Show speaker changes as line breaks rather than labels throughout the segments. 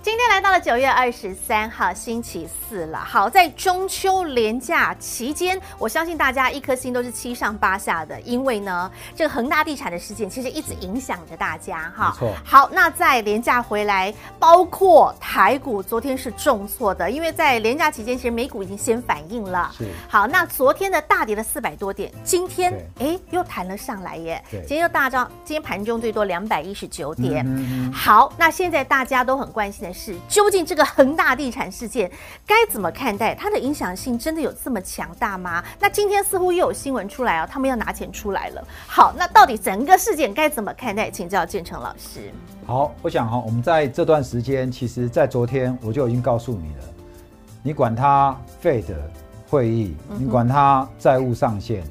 今天来到了九月二十三号星期四了，好在中秋连假期间，我相信大家一颗心都是七上八下的，因为呢，这个恒大地产的事件其实一直影响着大家哈。
没错
好，那在廉价回来，包括台股昨天是重挫的，因为在廉价期间，其实美股已经先反应了。
是
好，那昨天的大跌了四百多点，今天哎又弹了上来耶，
对
今天又大涨，今天盘中最多两百一十九点。
嗯
好，那现在大家都很关心的是，究竟这个恒大地产事件该怎么看待？它的影响性真的有这么强大吗？那今天似乎又有新闻出来哦，他们要拿钱出来了。好，那到底整个事件该怎么看待？请教建成老师。
好，我想哈、我们在这段时间，其实在昨天我就已经告诉你了，你管它费的会议，
嗯
你管它债务上限，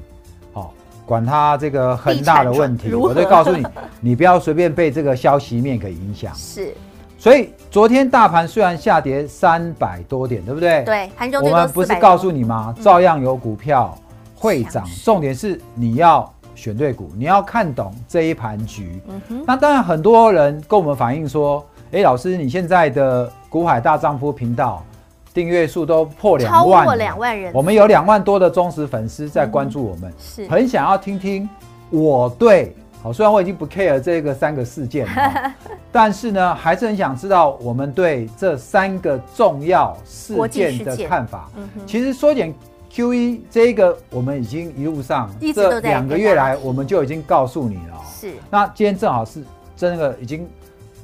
好、管它这个很大的问
地产
题，
如何
我都 告诉你，你不要随便被这个消息面给影响。
是
所以昨天大盘虽然下跌三百多点，对不对？。
对，盘中
我
最多
们不
四
是
百。嗯
告诉你吗？照样有股票会涨
强势，
重点是你要选对股，你要看懂这一盘局。
嗯哼，
那当然，很多人跟我们反映说：“哎，老师，你现在的股海大丈夫频道订阅数都破
超
两万，
过两万人，嗯
我们有两万多的忠实粉丝在关注我们，
是
很想要听听我对。”好，虽然我已经不 care 这个三个事 件了哈，但是呢，还是很想知道我们对这三个重要事
国际
件
事
的
件
看法。
嗯哼，
其实缩减 Q E 这一个，我们已经一路上
一直都
这
在
两个月来，我们就已经告诉你了哦。
是
那今天正好是真的已经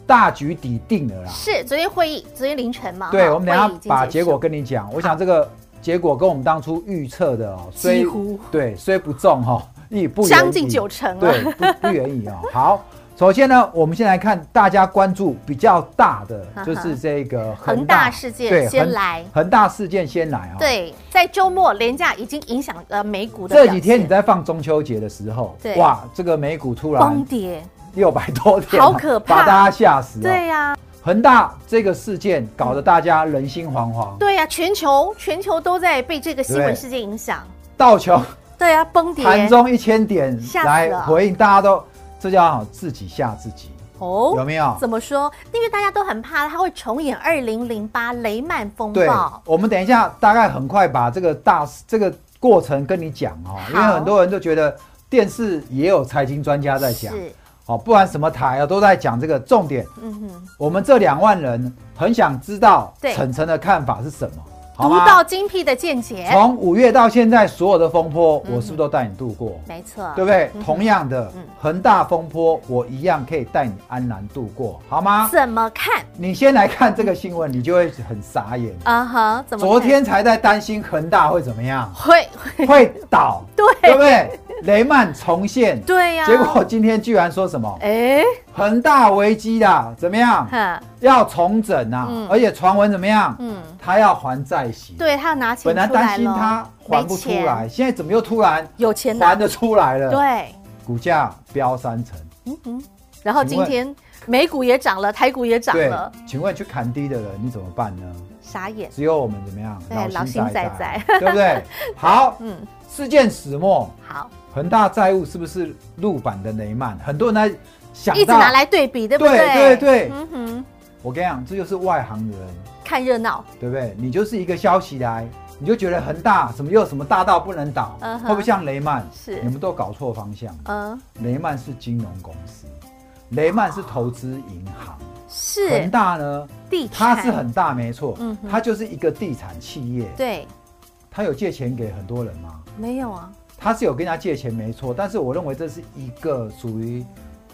大局底定了啦。
是，昨天会议，昨天凌晨嘛，
对，
哈
我们等一下
会议已经
把
结
结
束
果跟你讲。我想这个结果跟我们当初预测的哦，虽
几乎
对虽不中哈、哦，亦不远
将近
矣
九成了，
对，不不远矣哦。好，首先呢，我们先来看大家关注比较大的，就是这个
恒大事件
对
先
恒
来。
恒大事件先来啊、哦。
对，在周末廉价已经影响了美股的
这
表
几天你
现
在放中秋节的时候
对，
哇，这个美股突
崩
然
跌，
六百多点哦，
好可怕
把大家吓死了、
对呀、
恒大这个事件搞得大家人心惶惶，
对呀、全球全球都在被这个新闻
对
事件影响。
道琼
对呀、崩跌
盘中一千点
吓死
来
了
回应，大家都这叫好自己吓自己，
哦
有没有？
怎么说？因为大家都很怕它会重演二零零八雷曼风
对
暴，，
我们等一下大概很快把这个大这个过程跟你讲哦，因为
好
很多人都觉得电视也有财经专家在讲，
是，
哦，不然什么台啊都在讲这个重点。
嗯哼，
我们这两万人很想知道
对
晨晨的看法是什么，好
独
吗？
到精辟的见解，
从五月到现在，所有的风波，
嗯
我是不是都带你度过？
没错，
对不对？同样的
啊嗯，
恒大风波，我一样可以带你安然度过，好吗？
怎么看？
你先来看这个新闻，你就会很傻眼。
啊哈，怎么看？，
昨天才在担心恒大会怎么样
会会
会倒，对
对
不对？雷曼重现，
对啊呀、
结果今天居然说什么
哎，
恒大危机啦，怎么样？
哈，
要重整啊，
嗯
而且传闻怎么样？
嗯，
他要还债息，，
对他要拿钱
本
出来
来
了，
担心他还不出
没钱
来，现在怎么又突然
有钱拿
还得出来了？，
对，
股价飙三成。
嗯嗯。然后
请
今
问
天美股也涨了，台股也涨
对
了，，
请问去砍低的人你怎么办呢？
傻眼。
只有我们怎么样？
对哎老心仔仔
对不 对？好，
嗯，
事件始末，
好，
恒大债务是不是陆版的雷曼？很多人在想到，
一直拿来对比，对不对？
对对对
嗯哼，
我跟你讲，这就是外行人，
看热闹，
对不对？你就是一个消息来，你就觉得恒大什么又什么大到不能倒，
嗯哼
会不会像雷曼？
是
你们都搞错方向了。
嗯，
雷曼是金融公司，雷曼是投资银行，恒
是
大呢，
地产，
它是很大没错
嗯，哼
它就是一个地产企业，
对，
它有借钱给很多人吗？
没有啊，
他是有跟他借钱没错，但是我认为这是一个属于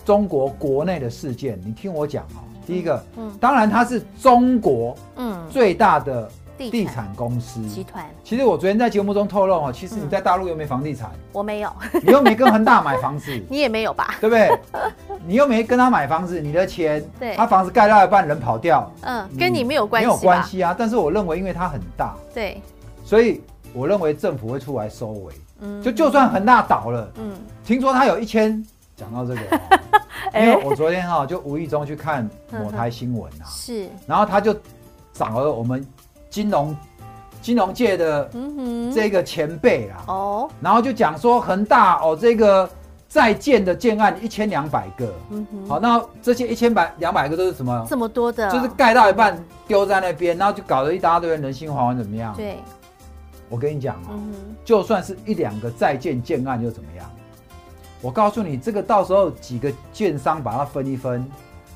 中国国内的事件。你听我讲哦，第一个，
嗯
当然它是中国
嗯，
最大的
地
地
产
产公司。
集团，
其实我昨天在节目中透露哦，其实
嗯
你在大陆又没房地产，
我没有，
你又没跟恒大买房子，
你也没有吧？
对不对？你又没跟他买房子，你的钱
对，
他房子盖到一半人跑掉，
嗯，跟你没有关
没
系
有
吧？
关系啊。但是我认为，因为它很大，
对，
所以我认为政府会出来收尾。
嗯
就就算恒大倒了，
嗯，
听说它有一千，讲到这 个哦、
哎
因为我昨天哈、就无意中去看
嗯
某台新闻啊，
是，
然后他就找了我们金融金融界的
嗯哼，
这个前辈啦，
哦，
然后就讲说恒大哦这个在建的建案一千两百个，
嗯哼，
好，那这些一千百两百个都是什么？
这么多的，
就是盖到一半丢在那边，然后就搞得一大堆人人心惶惶，怎么样？
对，
我跟你讲啊、
嗯哼，
就算是一两个在建建案又怎么样？我告诉你，这个到时候几个建商把它分一分，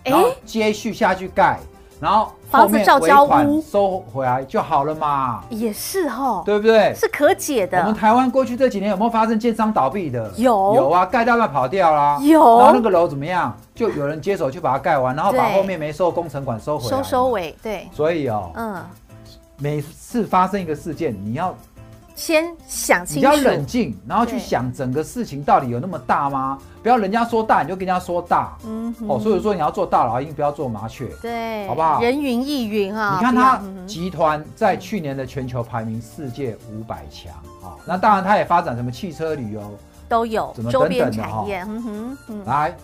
哎
然后接续下去盖，然后后
房子
面
照
尾
交
款
屋
收回来就好了嘛，
也是哦，
对不对？
是可解
我们
的，
台湾过去这几年有没有发生建商倒闭的？
有
有啊，盖到半跑掉啦。
有
然后那个楼怎么样？就有人接手去把它盖完，然后把
对
后面没收工程款收回来。
收收。尾，对，
所以哦，
嗯，
每次发生一个事件，你要
先想
你
清
要
楚，
冷静，然后去
对
想整个事情到底有那么大吗？不要人家说大你就跟人家说大。
嗯哼
哦，所以说你要做大老鹰，不要做麻雀。
对，
好不好
人云亦云啊，
你看
不要
它
嗯哼
集团在去年的全球排名世界五百强啊，那当然它也发展什么汽车旅游，
都有
怎么
周边
等等的
产业，嗯哼，嗯，
来，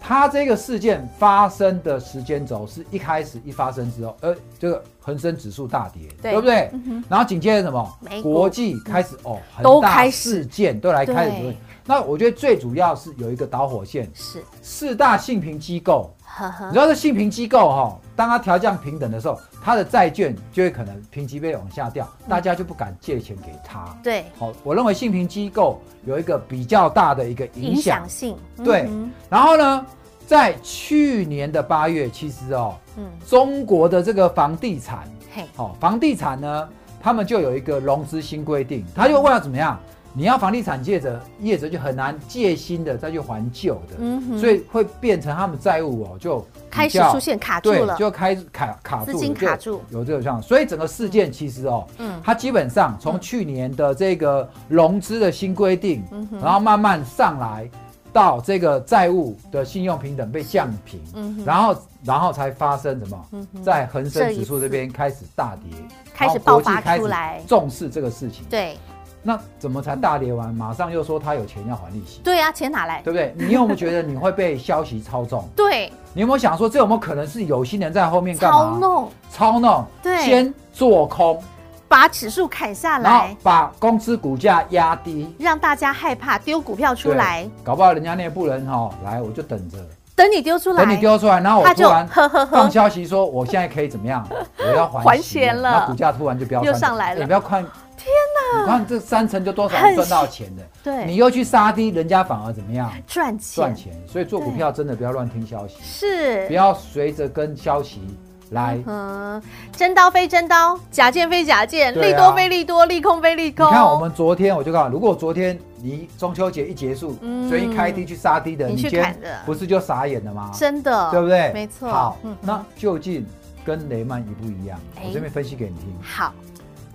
它这个事件发生的时间轴是一开始一发生之后，呃，这个恒生指数大跌，
对
不对？
嗯哼
然后紧接着什么
美？国
国际开始、哦，
都
恒大
开始
事件都来开始
对
出现。那我觉得最主要是有一个导火线，
是，
四大信评机构。
呵
你
呵
知，道这信评机构哈、当它调降平等的时候，它的债券就会可能评级被往下掉，
嗯
大家就不敢借钱给它。
对，
好、我认为信评机构有一个比较大的一个影
影
响
响性，
对
嗯
然后呢，在去年的八月，其实哦，
哼嗯，
中国的这个房地产，
嘿，
哦，房地产呢，他们就有一个融资新规定，他就为了怎么样？你要房地产借者业者就很难借新的再去还旧的，
嗯哼
所以会变成他们债务哦就比
开
较
始出现卡住了
对，，就开始卡卡住了，
资金
就
卡住
有这种状况，所以整个事件其实哦，
嗯
它基本上从去年的这个融资的新规定，
嗯哼
然后慢慢上来到这个债务的信用平等被降平，
嗯哼
然后然后才发生什么？
嗯哼
在恒
这
生
一
指数
次
这边开始大跌，
开始
然
爆
后
发
国际开始
出来
重视这个事情。
对，
那怎么才大跌完，马上又说他有钱要还利息，
对啊，钱哪来？
对不对？你有没有觉得你会被消息操纵？
对，
你有没有想说这有没有可能是有心人在后面干
操
嘛？
弄，
操弄，
对
先做空，
把指数砍下
然后
啊来，
把公司股价压低，
让大家害怕丢股票出
对
来，，
搞不好人家内部人哈、来，我就等着，
等你丢出来，
等你丢出来，然后我
他
突
就
然
呵呵
放
呵，
消息说我现在可以怎 么样，我要还
还
息
钱了
那股价突然就飙
又
三
上
成
来了
你不要看，天哪，你看这三成就多少
很
人赚到钱的，
对
你又去杀低，人家反而怎么样
赚
赚
钱
钱，所以做股票真的不要乱听消息，
是
不。要随着跟消息来。
嗯，真刀非真刀，假剑非假剑，
对啊
利多非利多，利空非利
你
空。
看，我们昨天我就告诉你，如果昨天你中秋节一结束，
嗯
所以一开低去杀低的，
你
你
去
今天
砍的
不是就傻眼了吗？
真的，
啊对不对？
没错。
好
嗯，
那究竟跟雷曼一不一样？
哎
我这边分析给你听，
好，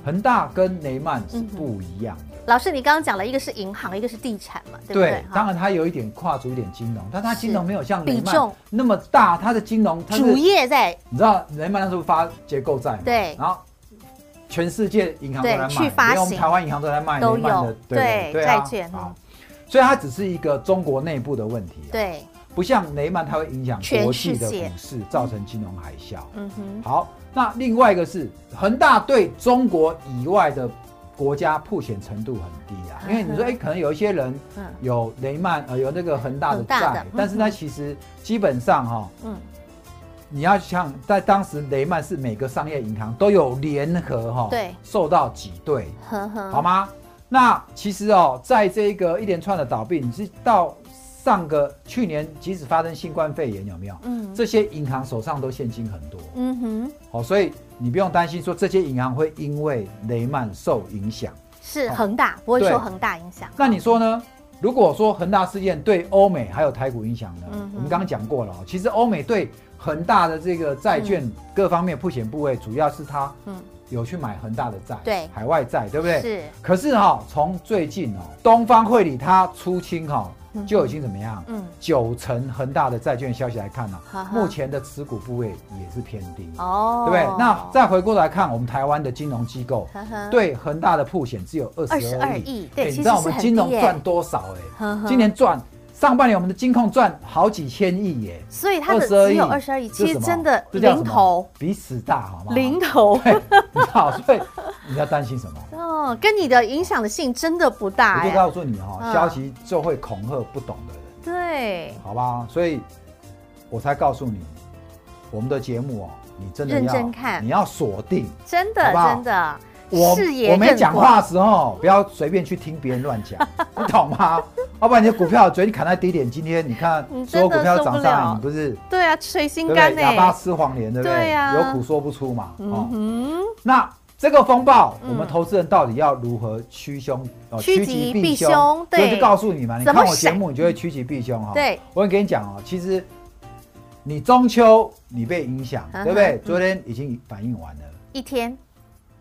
恒大跟雷曼
嗯
是不一样的。
老师，你刚刚讲了一个是银行，一个是地产嘛，对不对？哈
当然它有一点跨足一点金融，但它金融没有像雷
比
曼
重
那么大，它的金融它是
主业在
你知道雷曼那时候发结构债嘛，
对
然后全世界银行都在卖，
对去发行
连我们台湾银行都在卖
都
雷曼的
有，对
对对啊
债券
好所以它只是一个中国内部的问题、，啊
对，
不像雷曼它会影响
全
国际
世
的
界
股市，造成金融海啸。
嗯哼，
好，那另外一个是恒大对中国以外的国家破险程度很低啊，因为你说哎、可能有一些人
嗯
有雷曼呃有那个恒大的
恒大的
债
嗯，
但是呢，其实基本上哈、
嗯，
你要像在当时雷曼是每个商业银行都有联合哈、
对嗯
受到挤兑，
呵呵，
好吗？那其实哦，在这个一连串的倒闭，你是到上个去年，即使发生新冠肺炎，有没有？
嗯
这些银行手上都现金很多，
嗯哼，
好、所以你不用担心说这些银行会因为雷曼受影响。
是
好
恒大，不会受
哦对
恒大影响。
那你说呢？如果说恒大事件对欧美还有台股影响呢？
嗯哼
我们刚刚讲过了、哦，其实欧美对恒大的这个债券各方面破险部位，主要是它
嗯
有去买恒大的债，
对
海外债，对不对？
是
可是哈、从最近哦，东方汇理它出清哈、
嗯
就已经怎么样？
嗯
九成恒大的债券消息来看呢、
哈哈
目前的持股部位也是偏低，
哦
对不对？那再回过来看，我们台湾的金融机构
呵呵
对恒大的曝险只有二十
22
二
亿
亿，
对
哎
其
你知道
实
我
是
们
很
金融
低耶
赚多少？
呵
哎
呵，
今年赚上半年我们的金控赚好几千亿耶，
所以它的
22
只有二十二亿，
这
其
是
实
什么
真的
这叫什
零
么
头
比死大，好吗？
零头
对，你知道，所以你要担心什么？
哦，跟你的影响性真的不大
我就
哎。
告诉你哈、
嗯
消息就会恐吓不懂的人。
对，
好吧？所以我才告诉你，我们的节目哦，你真的要
认真看
你要锁定
真的
好不好
真的，
我
视野
我没
更
讲
广
话的时候，不要随便去听别人乱讲， 你懂吗？要不然你的股票昨天砍在低点，今天你看
你
所
嗯真的
有股票涨
受不
上来，
了
你不是
对啊，捶
对
心
不
肝
对？哑巴
哎。
吃黄连，对不对？
对啊
有苦说不出嘛。哦，
嗯
那这个风暴，
嗯
我们投资人到底要如何趋凶？呃
趋吉避凶对
所以我就告诉你嘛，你
怎么
看我节
闪
目，你就会趋吉避凶哈、哦。
对，
我跟你讲哦，其实你中秋你被影响，
嗯哼
对不对
嗯？
昨天已经反应完了，
一天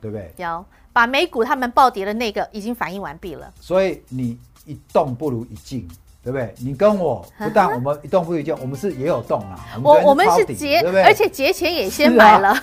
对不对？
有把美股他们暴跌的那个已经反应完毕了，
所以你一动不如一静。对不对？你跟我不但我们一动不如一静，我们是也有动啦。
我啊我
昨
们
天抄
是
底
节，
对不对？
而且节前也先
是啊
买了，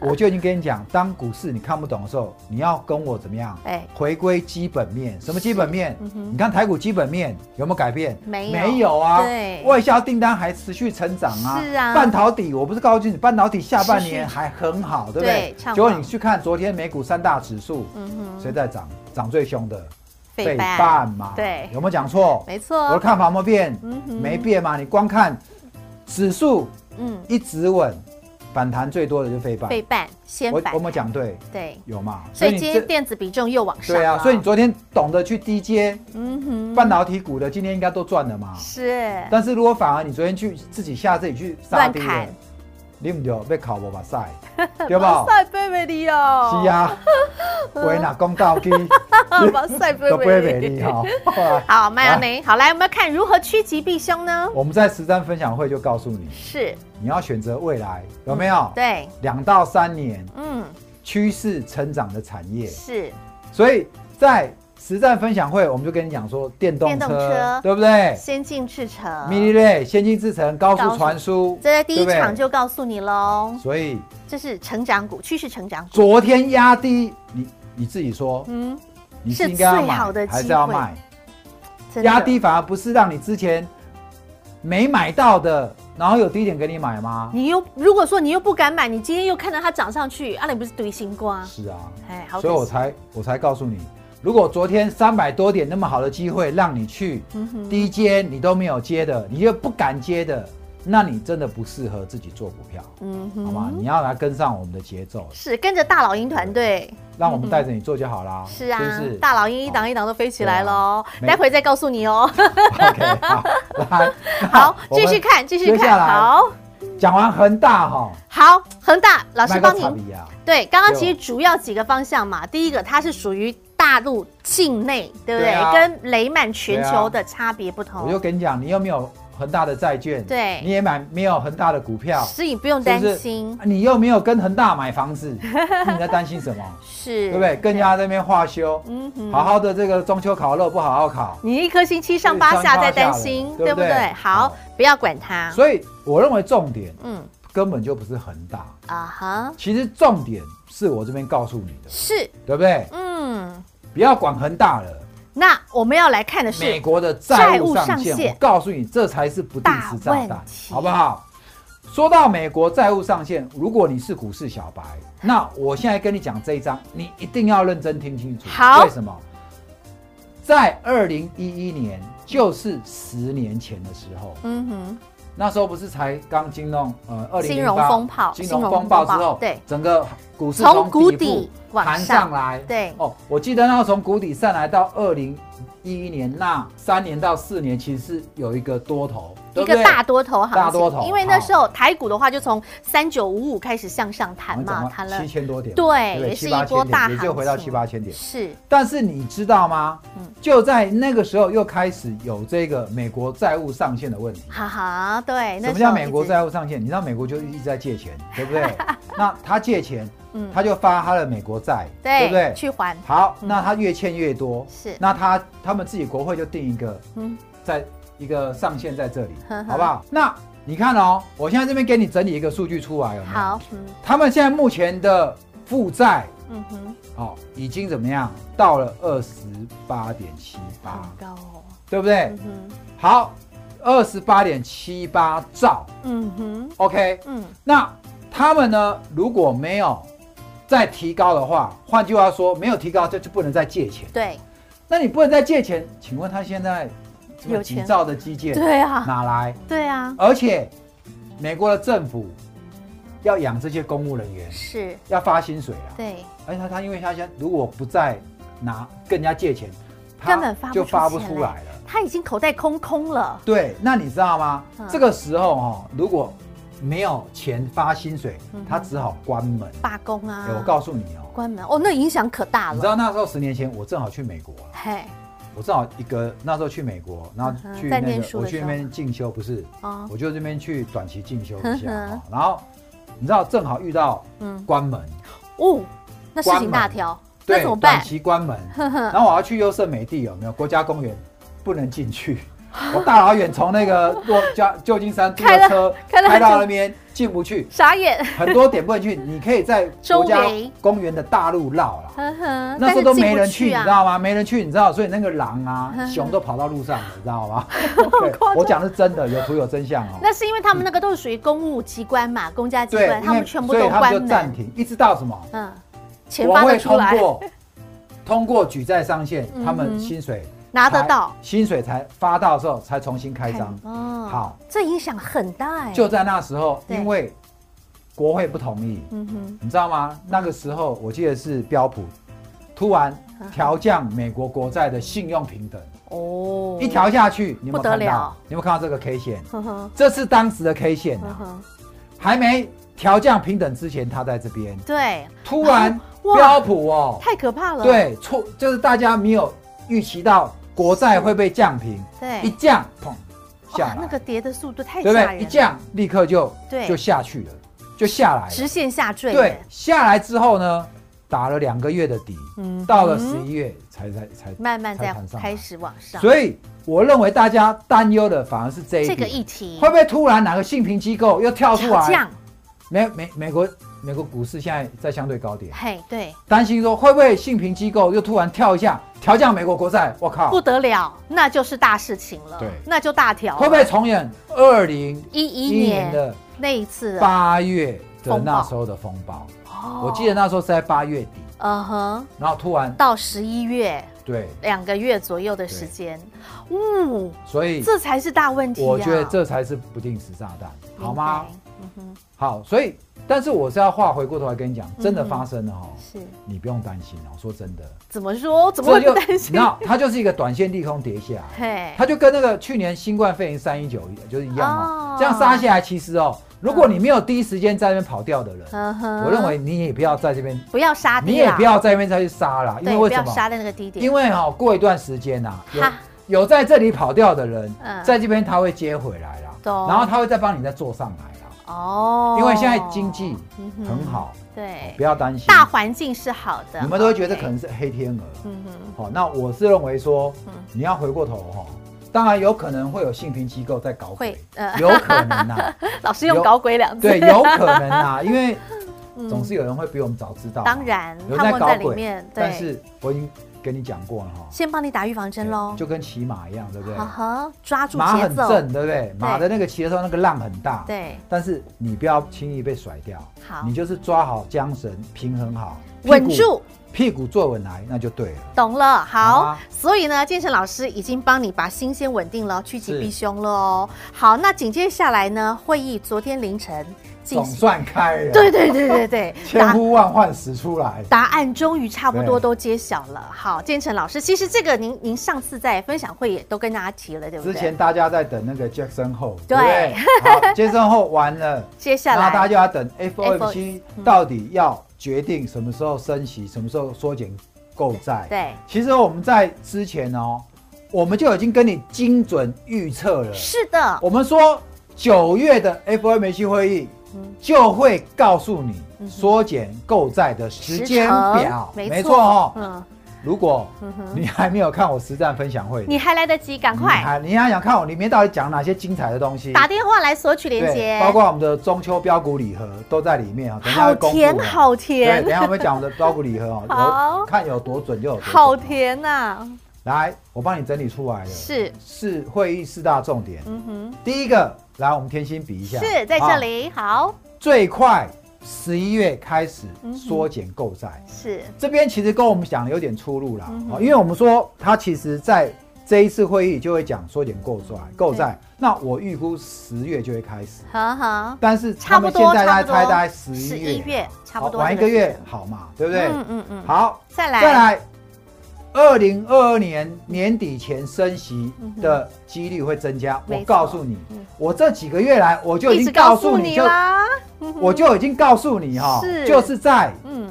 我就已经跟你讲，当股市你看不懂的时候，你要跟我怎么样？
哎
回归基本面，什么基本面？
嗯哼
你看台股基本面有没有改变？
没有
啊。
对
外销订单还持续成长啊。
是啊
半导体，我不是告诉你，半导体下半年
持
还很好，对不对
对？畅旺
结果你去看昨天美股三大指数，
嗯
谁
哼，
在涨？涨最凶的，
费半
啊嘛。
对
有没有讲错？
没
我的
错，
看法有没有变？
嗯哼
没变嘛。你光看指数
嗯，
一直稳，反弹最多的就是费半。
费半先
我
反
我，们讲对，
对，
有嘛？
所以
你
今
这
天电子比重又往上
对啊，
了
所以你昨天懂得去低接
嗯哼，
半导体股的，今天应该都赚了嘛。
是
但是如果反而你昨天去自己下自己去杀
乱
低
砍
了，你们就被考我 把赛，对吧？
塞贝贝利哦，
是，啊， 我拿公道机
把塞贝
都不会
贝
哦美
利
丽。哈。后来
好，麦芽梅，好来，我们要看如何趋吉避凶呢？
我们在实战分享会就告诉你，
是，
你要选择未来有没有？
嗯对，
两到三年
嗯，
趋势成长的产业，
是
所以在实战分享会我们就跟你讲说电动
电动
车
车，
对不对？
先进制程，
Mini Ray 先进制程高速传输，
这在第一
对不对
场就告诉你喽，
所以
嗯这是成长股，趋势成长股，
昨天压低，你你自己说，
嗯，
你是应该要
是最好
买
的
还是要
机会
卖？
真的
压低反而不是让你之前没买到的，然后有低点给你买吗？
你又如果说你又不敢买，你今天又看到它涨上去，啊，你不是堆新瓜？
是啊，
哎，好可惜，
所以我才我才告诉你，如果昨天三百多点那么好的机会让你去
嗯哼
低接，你都没有接的，你又不敢接的，那你真的不适合自己做股票，
嗯
好吗？
哼，
你要来跟上我们的节奏，
是跟着大老鹰团队，
让我们带着你做就好啦。
嗯是啊，
是不是？
大老鹰一档一档都飞起来喽，
对啊
待会再告诉你哦。
OK，好，来，
好，
我
继
们
续看，继续
接下
看，
来
好
讲完恒大哈，
好，恒大老师帮
麦克
您
查。比啊，
对，刚刚
对哦
其实主要几个方向嘛，第一个它是属于大陆境内，对不对？
对啊
跟雷曼全
对啊
球的差别不
我
同，
就跟你讲，你又没有恒大的债券，
对嗯
你也买没有恒大的股票，
所以不用
是
担
不是
心，
你又没有跟恒大买房 子，你在担心什么？
是
对不对？更加在那边化修，
嗯哼
好好的这个中秋烤肉不好好烤，
你一颗星期上八下在担心，对
对上八下的
不
对不对
对？好
好，
不要管它。
所以我认为重点
嗯
根本就不是恒大，
啊哈，
其实重点是我这边告诉你的，
是
对不对？
嗯。
不要管恒大了。
那我们要来看的
美
是，
国的债务
债务
上限，
上限
我告诉你，这才是不定时炸
大
弹
问，题
好不好？说到美国债务上限，如果你是股市小 白，那我现在跟你讲这一章，你一定要认真听清楚。
好
为什么？在二零一一年，就是十年前的时候，
嗯哼，
那时候不是才刚金融呃二零
金融风暴
金融风暴之
金融风
后
暴，对
整个股市
从谷
部
底往
弹
上
上来，
对
哦，我记得那时候从谷底上来到二零一一年那三年到四年，其实是有一个多头，
一
对不
个
对
大多头行情，
大多头
因为那时候台股的话就从三九五五开始向上弹嘛，弹了
七千多点，
对
不
也是
七八
一波
千
大
点，也就
行
回到
情
七八千点。
是
但是你知道吗？
嗯
就在那个时候又开始有这个美国债务上限的问题。
哈哈，对，
什
啊那
么
时候
叫美国
一直
债务上限？你知道美国就一直在借钱，对不对？那他借钱，
嗯
他就发他的美国债，
对
不对？
去还，
好，
嗯
那他越欠越多，
是
那他他们自己国会就定一个
嗯，
在一个上限在这里
呵呵，
好不好？那你看哦，我现在这边给你整理一个数据出来，有没有？
好，嗯
他们现在目前的负债，
嗯哼，
哦，已经怎么样？到了二十八点七八
很，高哦，
对不啊对
嗯？哼，
好，二十八点七八兆
嗯哼，
，OK。
嗯，
那他们呢，如果没有再提高的话，换句话说，没有提高，这就不能再借钱。
对，
那你不能再借钱，请问他现在这么
有
几
钱
兆的基建
对啊，
哪来？
对啊，
而且美国的政府要养这些公务人员，
是，
要发薪水啊。
对，
而且他他因为他现在如果不再拿跟人家借钱，他
根本发不
就
出
发不
钱
出
来
来了。
他已经口袋空空了，
对，那你知道吗？
嗯
这个时候哦，如果没有钱发薪水
嗯哼，
他只好关门。
罢工啊，
哎我告诉你哦，
关门哦，那影响可大
你知道
了，
那时候十年前我正好去美国了，
嘿，
我正好一个那时候去美国，然
嗯
后
哼
去
在
那
念书
个
的
我去
时
那
候
边进修，不是，
哦，
我就这边去短期进修
呵
一
呵
下哦，然后你知道正好遇到
嗯，
关门，
哦，那事情
关门
大条，那
对
怎么，
短
办？
期关门，
呵呵，
然后我要去优胜美地，有没有国家公园不能进去？我大老远从那个洛家旧金山租
开了
的车
开了
开到
就
那边进不去，
傻眼，
很多点不能去。你可以在国家
周围
公园的大路绕啦。
呵呵，
那时候都没人去，
呃但是进不
你知
啊，
道吗？没人去，你知道，所以那个 狼啊、熊都跑到路上了，你知道吗？对我讲的是真的，有图有真相哦。
那是因为他们那个都是属于公务机关嘛，公家机
嗯对，
关，
因
他
为
们全部
所
都
以他们就
关
暂
门，
停，一直到什么？
嗯，钱
国
发
会
得出
通
来，
过通过举债上限，他
嗯
们
哼
薪水
拿得
才
到，
薪水才发到的时候才重新开张。
哦
好，
这影响很大哎，
就在那时候，
对
因为国会不同意，
嗯哼，
你知道吗？那个时候我记得是标普突然
嗯
调降美国国债的信用平等，
哦，
一，调下去，你有没
不
有
得
看
了
到？你有没有看到这个 K 线？
呵呵，
这是当时的 K 线
呵
啊，
呵，
还没调降平等之前，它在这边。
对，
突然
啊哇
标普哦，
太可怕了，
对，错就是大家没有预期到国债会被降平，
对，
一降砰
哇
下来
那，个跌的速度太
对不
吓
对？一
人了，
降立刻就
对
就下去了，就下来了。
直线下坠，
对，，下来之后呢，打了两个月的底，
嗯
到了
嗯
十一月才才才，
慢慢再
才弹上来
开始往上，
所以我认为大家担忧的反而是这一
这个
点
议题
会不会突然哪个信评机构又跳出
嗯调
来？
降，
美美美国美国股市现在在相对高点，
嘿，对，
担心说会不会信评机构又突然跳一下调降美国国债？我靠
不，得了，那就是大事情了，
对
那就大条了，
会不会重演二零
一一
一年
年
的
那一次啊？
八月的
风暴
那时候的风暴？
哦
我记得，那时候是在八月底，
嗯哼，
然后突然
到十一月
对，
两个月左右的时间，嗯，
所以
这才是大问题、啊。
我觉得这才是不定时炸弹，好吗？
明白？嗯哼，
好，所以但是我是要话回过头来跟你讲，真的
嗯
发生了哦，
是
你不用担心哦。说真的，
怎么说？怎么会
这就
不担
你
心
知？道，它就是一个短线利空跌下来，
嘿，
它就跟那个去年新冠肺炎三一九就是一样
哦
哦，这样杀下来，其实哦，如果你没有第一时间在那边跑掉的人，
嗯哼
我认为你也不要在这边，
不要杀
你
低
也
啦
不要在那边再去杀啦，因
对，
为
不
为什
要
么？
杀在那个低点，
因
为
为哈、过一段时间呐、
哈
有有在这里跑掉的人，
嗯
在这边他会接回来啦，
懂
然后他会再帮你再做上来啦，
哦，
因为现在经济
嗯哼
很，好，
对
不，要担心。
大环境是好的，
你们都会觉得
OK
可能是黑天鹅，
嗯哼，
好、那我是认为说
嗯，
你要回过头哈、当然有可能会有信评机构在搞
会
鬼，
呃
有可能呐、
老师用“
有
搞鬼”两字，
对，有可能呐、因为
嗯
总是有人会比我们早知道嘛，
当然
有人
他
在
们
搞
在里
鬼，
面对
但是我已经跟你讲过了哈、
先帮你打预防针喽，
就跟骑马一样，对不对？
好好抓哦啊住
马
节
很
奏，
正，对不对？马的那个骑的时候，那个浪很大，。
对，
但是你不要轻易被甩掉，
好
你就是抓好缰绳，平衡好，屁股
稳住，
屁股坐稳来，那就对了。
懂了，好，
好啊
所以呢，建成老师已经帮你把新鲜稳定了，趋吉
是
避凶了哦。好，那紧接下来呢，会议昨天凌晨进
总
行，
算开了，
对，对对对 对，
千呼万唤始出来。
答案终于差不多
对
都揭晓了。好，建成老师，其实这个您您上次在分享会也都跟大家提了，对不
之
对？
前大家在等那个 Jackson 后，
对
对不对，好，Jackson 后完了，
接 下
然后大家
来
就要等
FOMC
FOMC
嗯
到底要决定什么时候升息，什么时候缩减购债。
对
其实我们在之前哦，我们就已经跟你精准预测了。
是的，
我们说九月的 FOMC 会议
哼，
就会告诉你缩减购债的时间表，
嗯时程
没错哦。
嗯，
如果
嗯哼
你还没有看我实战分享会，
你还来得及，赶
你
快
还嗯你还想看哦我里面到底讲哪些精彩的东西？
打电话来索取连
对，
接，
包括我们的中秋标股礼盒都在里面啊。等一下
好
会公布
甜
哦。
好
对，
甜
等一下我们讲我们的标股礼盒哦，
好
有看有多准就有多准哦
好。甜呐、
嗯来，我帮你整理出来了，
是，
是会议四大重点。
嗯哼，
第一个，来我们天心比一下，
是在这
啊
里，好，
最快十一月开始
嗯哼
缩减购债，
是，
这边其实跟我们讲的有点出入啦
嗯。哼
哦，因为我们说它其实在这一次会议就会讲缩减购债，购债。那我预估十月就会开始，
呵呵，
但是
差
他
不
们
多，
现在大
差
概
不
猜
多，
大概十一
十
月，
一月，差不
好
多
晚一
这
个
时
月
间，
好嘛，对不对？
嗯嗯嗯，，
好，
再来，
再，来，二零二二年年底前升息的几率会增加。
嗯没错
我告诉你
嗯，
我这几个月来我就已
一直
经
告
告
诉
诉你，
你
就
啦，嗯哼
我，就已经告诉你哈
是，
就是在
嗯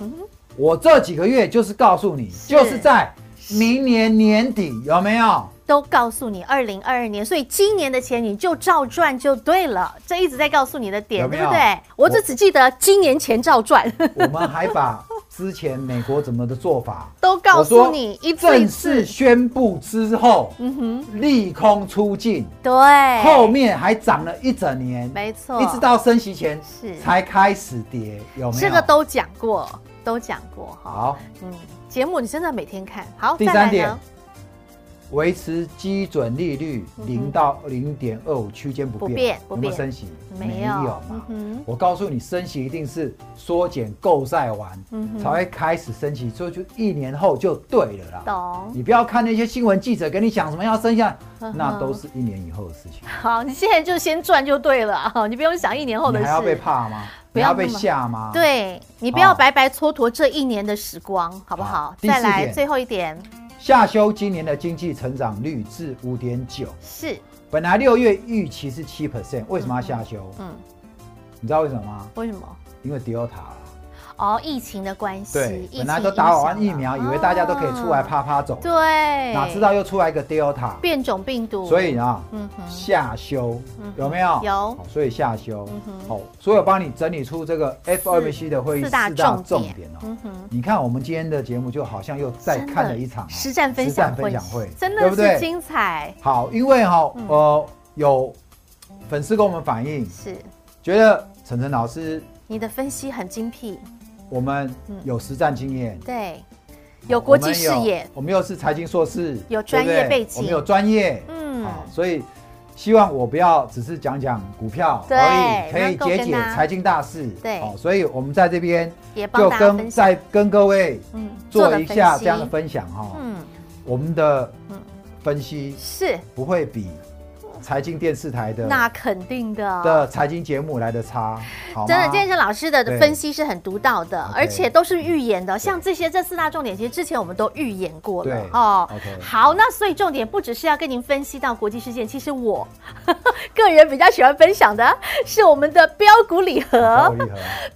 嗯哼，
我这几个月就是告诉你，
是
就是在明年年底有 没有？
都告诉你二零二二年，所以今年的钱你就照赚就对了，这一直在告诉你的点，
有没
对
有
不对？我只
我
只记得今年钱照赚，，
我们还把之前美国怎么的做法
都告
我
诉
说
你一次一
正
次
式，宣布之后，
嗯哼，
利空出尽，
对，
后面还涨了一整年，
没错，
一直到升息前
是
才开始跌，有没有？
这个都讲过，都讲过哈。
好。
嗯，节目你真的每天看好。
第
再来
三
呢
点，维持基准利率零到零点二五区间不
不
变
变，不
有没
变
有升息？
没有
嘛
嗯哼。
我告诉你，升息一定是缩减购债完
嗯哼
才会开始升息，所以就一年后就对了啦。
懂
你不要看那些新闻记者跟你讲什么要升下
嗯，哼
那都是一年以后的事情。
好，你现在就先赚就对了，哈，你不用想一年后
你
的
还要被
事。
怕吗？
不
你
要
要
那么
被吓吗？，
对你不要
好
白白蹉跎这一年的时光，好不好？
好第四
再来
点
最后一点
下修今年的经济成长率至五点九，
是，
本来六月预期是七 percent，为什么要下修？
嗯，
你知道为什么吗？
为什么？
因为 Delta 啦
哦，疫情的关系，疫
本来
情
都打完
影
疫
响
苗，
了
以为大家都可以出来，
啊
啪啪走，
对，
哪知道又出来一个 Delta，
变种病毒，
所以，啊，
嗯哼，
下修
嗯哼
有没有？
有
好所以下修
嗯哼。
好，所以我帮你整理出这个 FOMC 的会议
四
四
大
大
重
重
点
点哦。
嗯哼，
你看我们今天的节目，就好像又再
真的
看了一场哦
实战分享会，
实战分享会
真
对
的
不
是
对
精彩，
好，因为哈
嗯，
呃，有粉丝跟我们反映，
是
觉得晨晨老师
你的分析很精辟，
我们
嗯
有实战经验，
对，
嗯
有国际视野，
我们有，我们又是财经硕士，
有专业
对不对
背景
我们有专业，
嗯
好，所以希望我不要只是讲讲股票
对
而已，可
能
以
够
解
跟
解
大家
财经大事，
对
好，所以我们在这边
也帮
就
大家分
跟
享，
再跟各位
嗯，
做
了
一下
分析
这样的分享哈，
嗯，
我们的
嗯
分析
是，
不会比财经电视台的
那肯定的。
的财经节目来的差，好
真的，
吗
健身老师的
对
分析是很独到的，
OK
而且都是预言的。像这些这四大重点，其实之前我们都预言过了
对
哦。
OK
好，那所以重点不只是要跟您分析到国际事件，其实我 个人比较喜欢分享的是我们的标股礼盒
好。厉害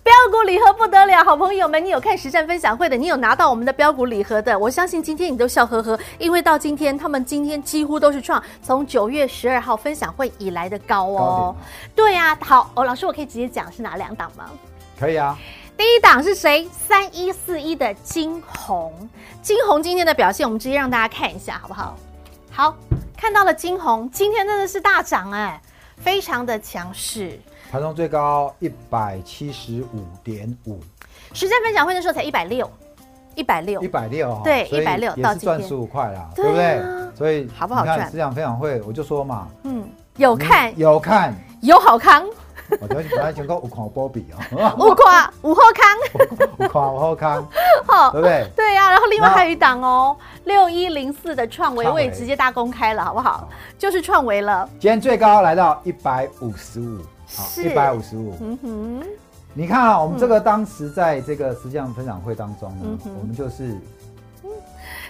标股礼盒不得了，好朋友们，你有看实战分享会的，你有拿到我们的标股礼盒的，我相信今天你都笑呵呵，因为到今天他们今天几乎都是创从九月十二号分享会以来的高哦
高。
对啊，好哦，老师，我可以直接讲是哪两档吗？
可以啊，
第一档是谁？三一四一的金红，金红今天的表现，我们直接让大家看一下，好不好？好，看到了金红，今天真的是大涨哎、非常的强势。
盘中最高一百七十五点五。
实战分享会的时候才一百六，一百六
一，百六哈，
对
所以
160
也
到
是
今天
赚十五块啦，
对啊
对不对？所以
好不好
你看
赚
市场分享会我就说嘛，
嗯，有看
你有看，
有好康，
我就本来全国五款波比哦，
五夸五后康，
五款我后康，
好
对不对？
对呀、然后另外
那
还有一档哦，六一零四的创维，
创
我
维
也直接大公开了，好不好？就是创维了，
今天最高来到一百五十五，好，
是
一百五十五。
嗯哼，
你看啊，我们这个当时在这个实际上分享会当中
嗯
呢，
哼
我们就是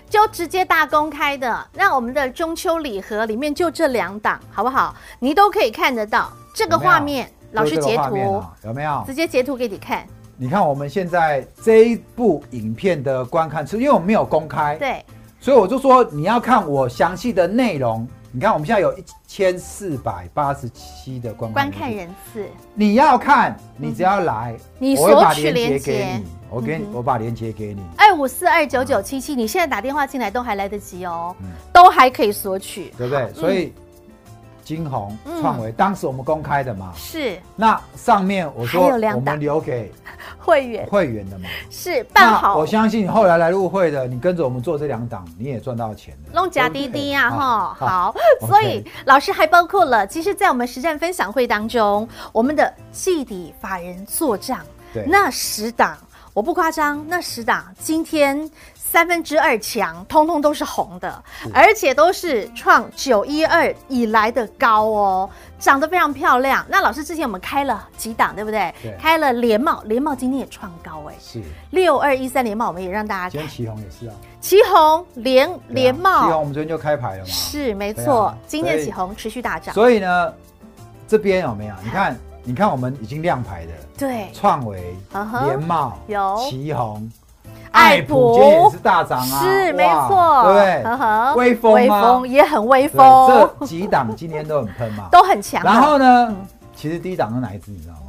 就直接大公开的，那我们的中秋礼盒里面就这两档，好不好？你都可以看得到这个
有没有
画面，老师
就是这
截
个画面
图，
啊，有没有
直？接截图给你看，
你看我们现在这一部影片
哎
的观看次，因为我们没有公开，
对，
所以我就说你要看我详细的内容，你看我们现在有一千四百八十七的观
观
看
看
人数，
人嗯次，
你要看，你只要来，
你
我会把
索取
链
连
接给
结
你，我
嗯
给你，我把链接给你。
二哎五四二九九七七，你现在打电话进来都还来得及哦，都还可以索取。
对不对？所以金红、
嗯
创维当时我们公开的嘛，
是
那上面我说
还有两
我
档
们留给
会员，
会员的嘛，
是办
那
好
我，相信后来来入会的，你跟着我们做这两档，你也赚到钱的。
弄假滴滴啊，
对
哈， 好，
OK
所以老师还包括了，其实，在我们实战分享会当中，我们的季底法人做账，
对
那十档，我不夸张，那十档今天三分之二强，通通都是红的，而且都是创九一二以来的高哦，涨得非常漂亮。那老师之前我们开了几档，对不对？
对
开了联茂，联茂今天也创高哎，
是，
六二一三联茂我们也让大家
今
看
天，旗红也是啊，
旗红联联
对啊旗红
茂。
我们昨天就开牌了嘛，
是没
对
错
啊，
今天
所以
起红持续大涨，
所以呢，这边有没有？你看，你看我们已经亮牌的
对，
创维
嗯、哼
联茂、
有
旗红。
爱普
今天也是大涨啊，
是
哇
没错，
对不对？
呵呵
威风
威
吗
风也很威
对，
风，。
这几档今天都很喷 嘛
都很强啊。
然后呢，其实第一档是哪一只你知道吗？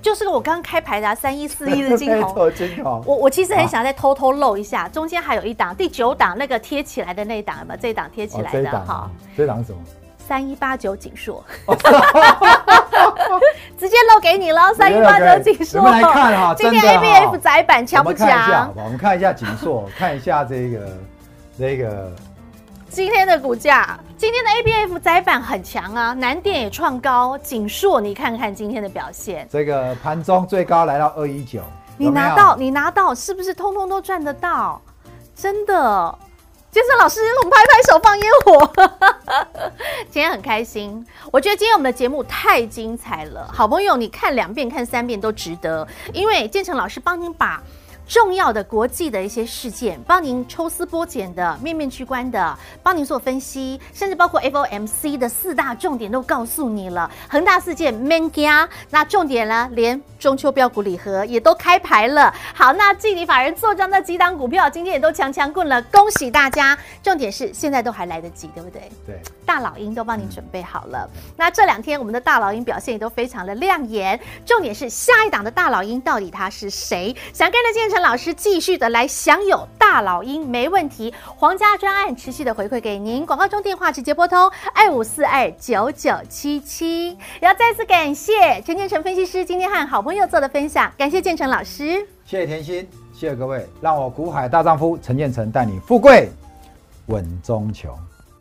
就是我刚开牌的三一四一的 镜头。
头金头。
我我其实很想再偷偷漏一
啊
下，中间还有一档，第九档那个贴起来的那一档，有没有？这一档贴起
哦，
来
这一
的
档
哈
啊，，哦这一档是什么？
三一八九锦硕， 直接漏给你了，三一八九锦硕。
我们来看哈，
今天
真的
A
哈
B F 窄板强不
我们看一下好
强？
不好？我们看一下锦硕， 看一下这个这个
今天的股价，今天的 A B F 窄板很强啊，南电也创高，锦硕你看看今天的表现，
这个盘中最高来到二一九，
你
有没有
拿到你拿到是不是通通都赚得到？真的，健身老师，我们拍拍手放烟火，今天很开心。我觉得今天我们的节目太精彩了，好朋友你看两遍看三遍都值得，因为建成老师帮您把。重要的国际的一些事件，帮您抽丝剥茧的、面面俱观的，帮您做分析，甚至包括 FOMC 的四大重点都告诉你了。恒大事件 m a n g a 那重点呢，连中秋标股礼盒也都开牌了。好，那季底法人做账那几档股票今天也都强强棍了，恭喜大家！重点是现在都还来得及，对不对？
对，
大老鹰都帮你准备好了。那这两天我们的大老鹰表现也都非常的亮眼，重点是下一档的大老鹰到底他是谁？想跟着建成老师继续的来享有大老鹰没问题，皇家专案持续的回馈给您。广告中电话直接拨通二五四二九九七七。也要再次感谢陈建成分析师今天和好朋友做的分享，感谢建成老师。
谢谢甜心，谢谢各位，让我股海大丈夫陈建成带你富贵稳中求。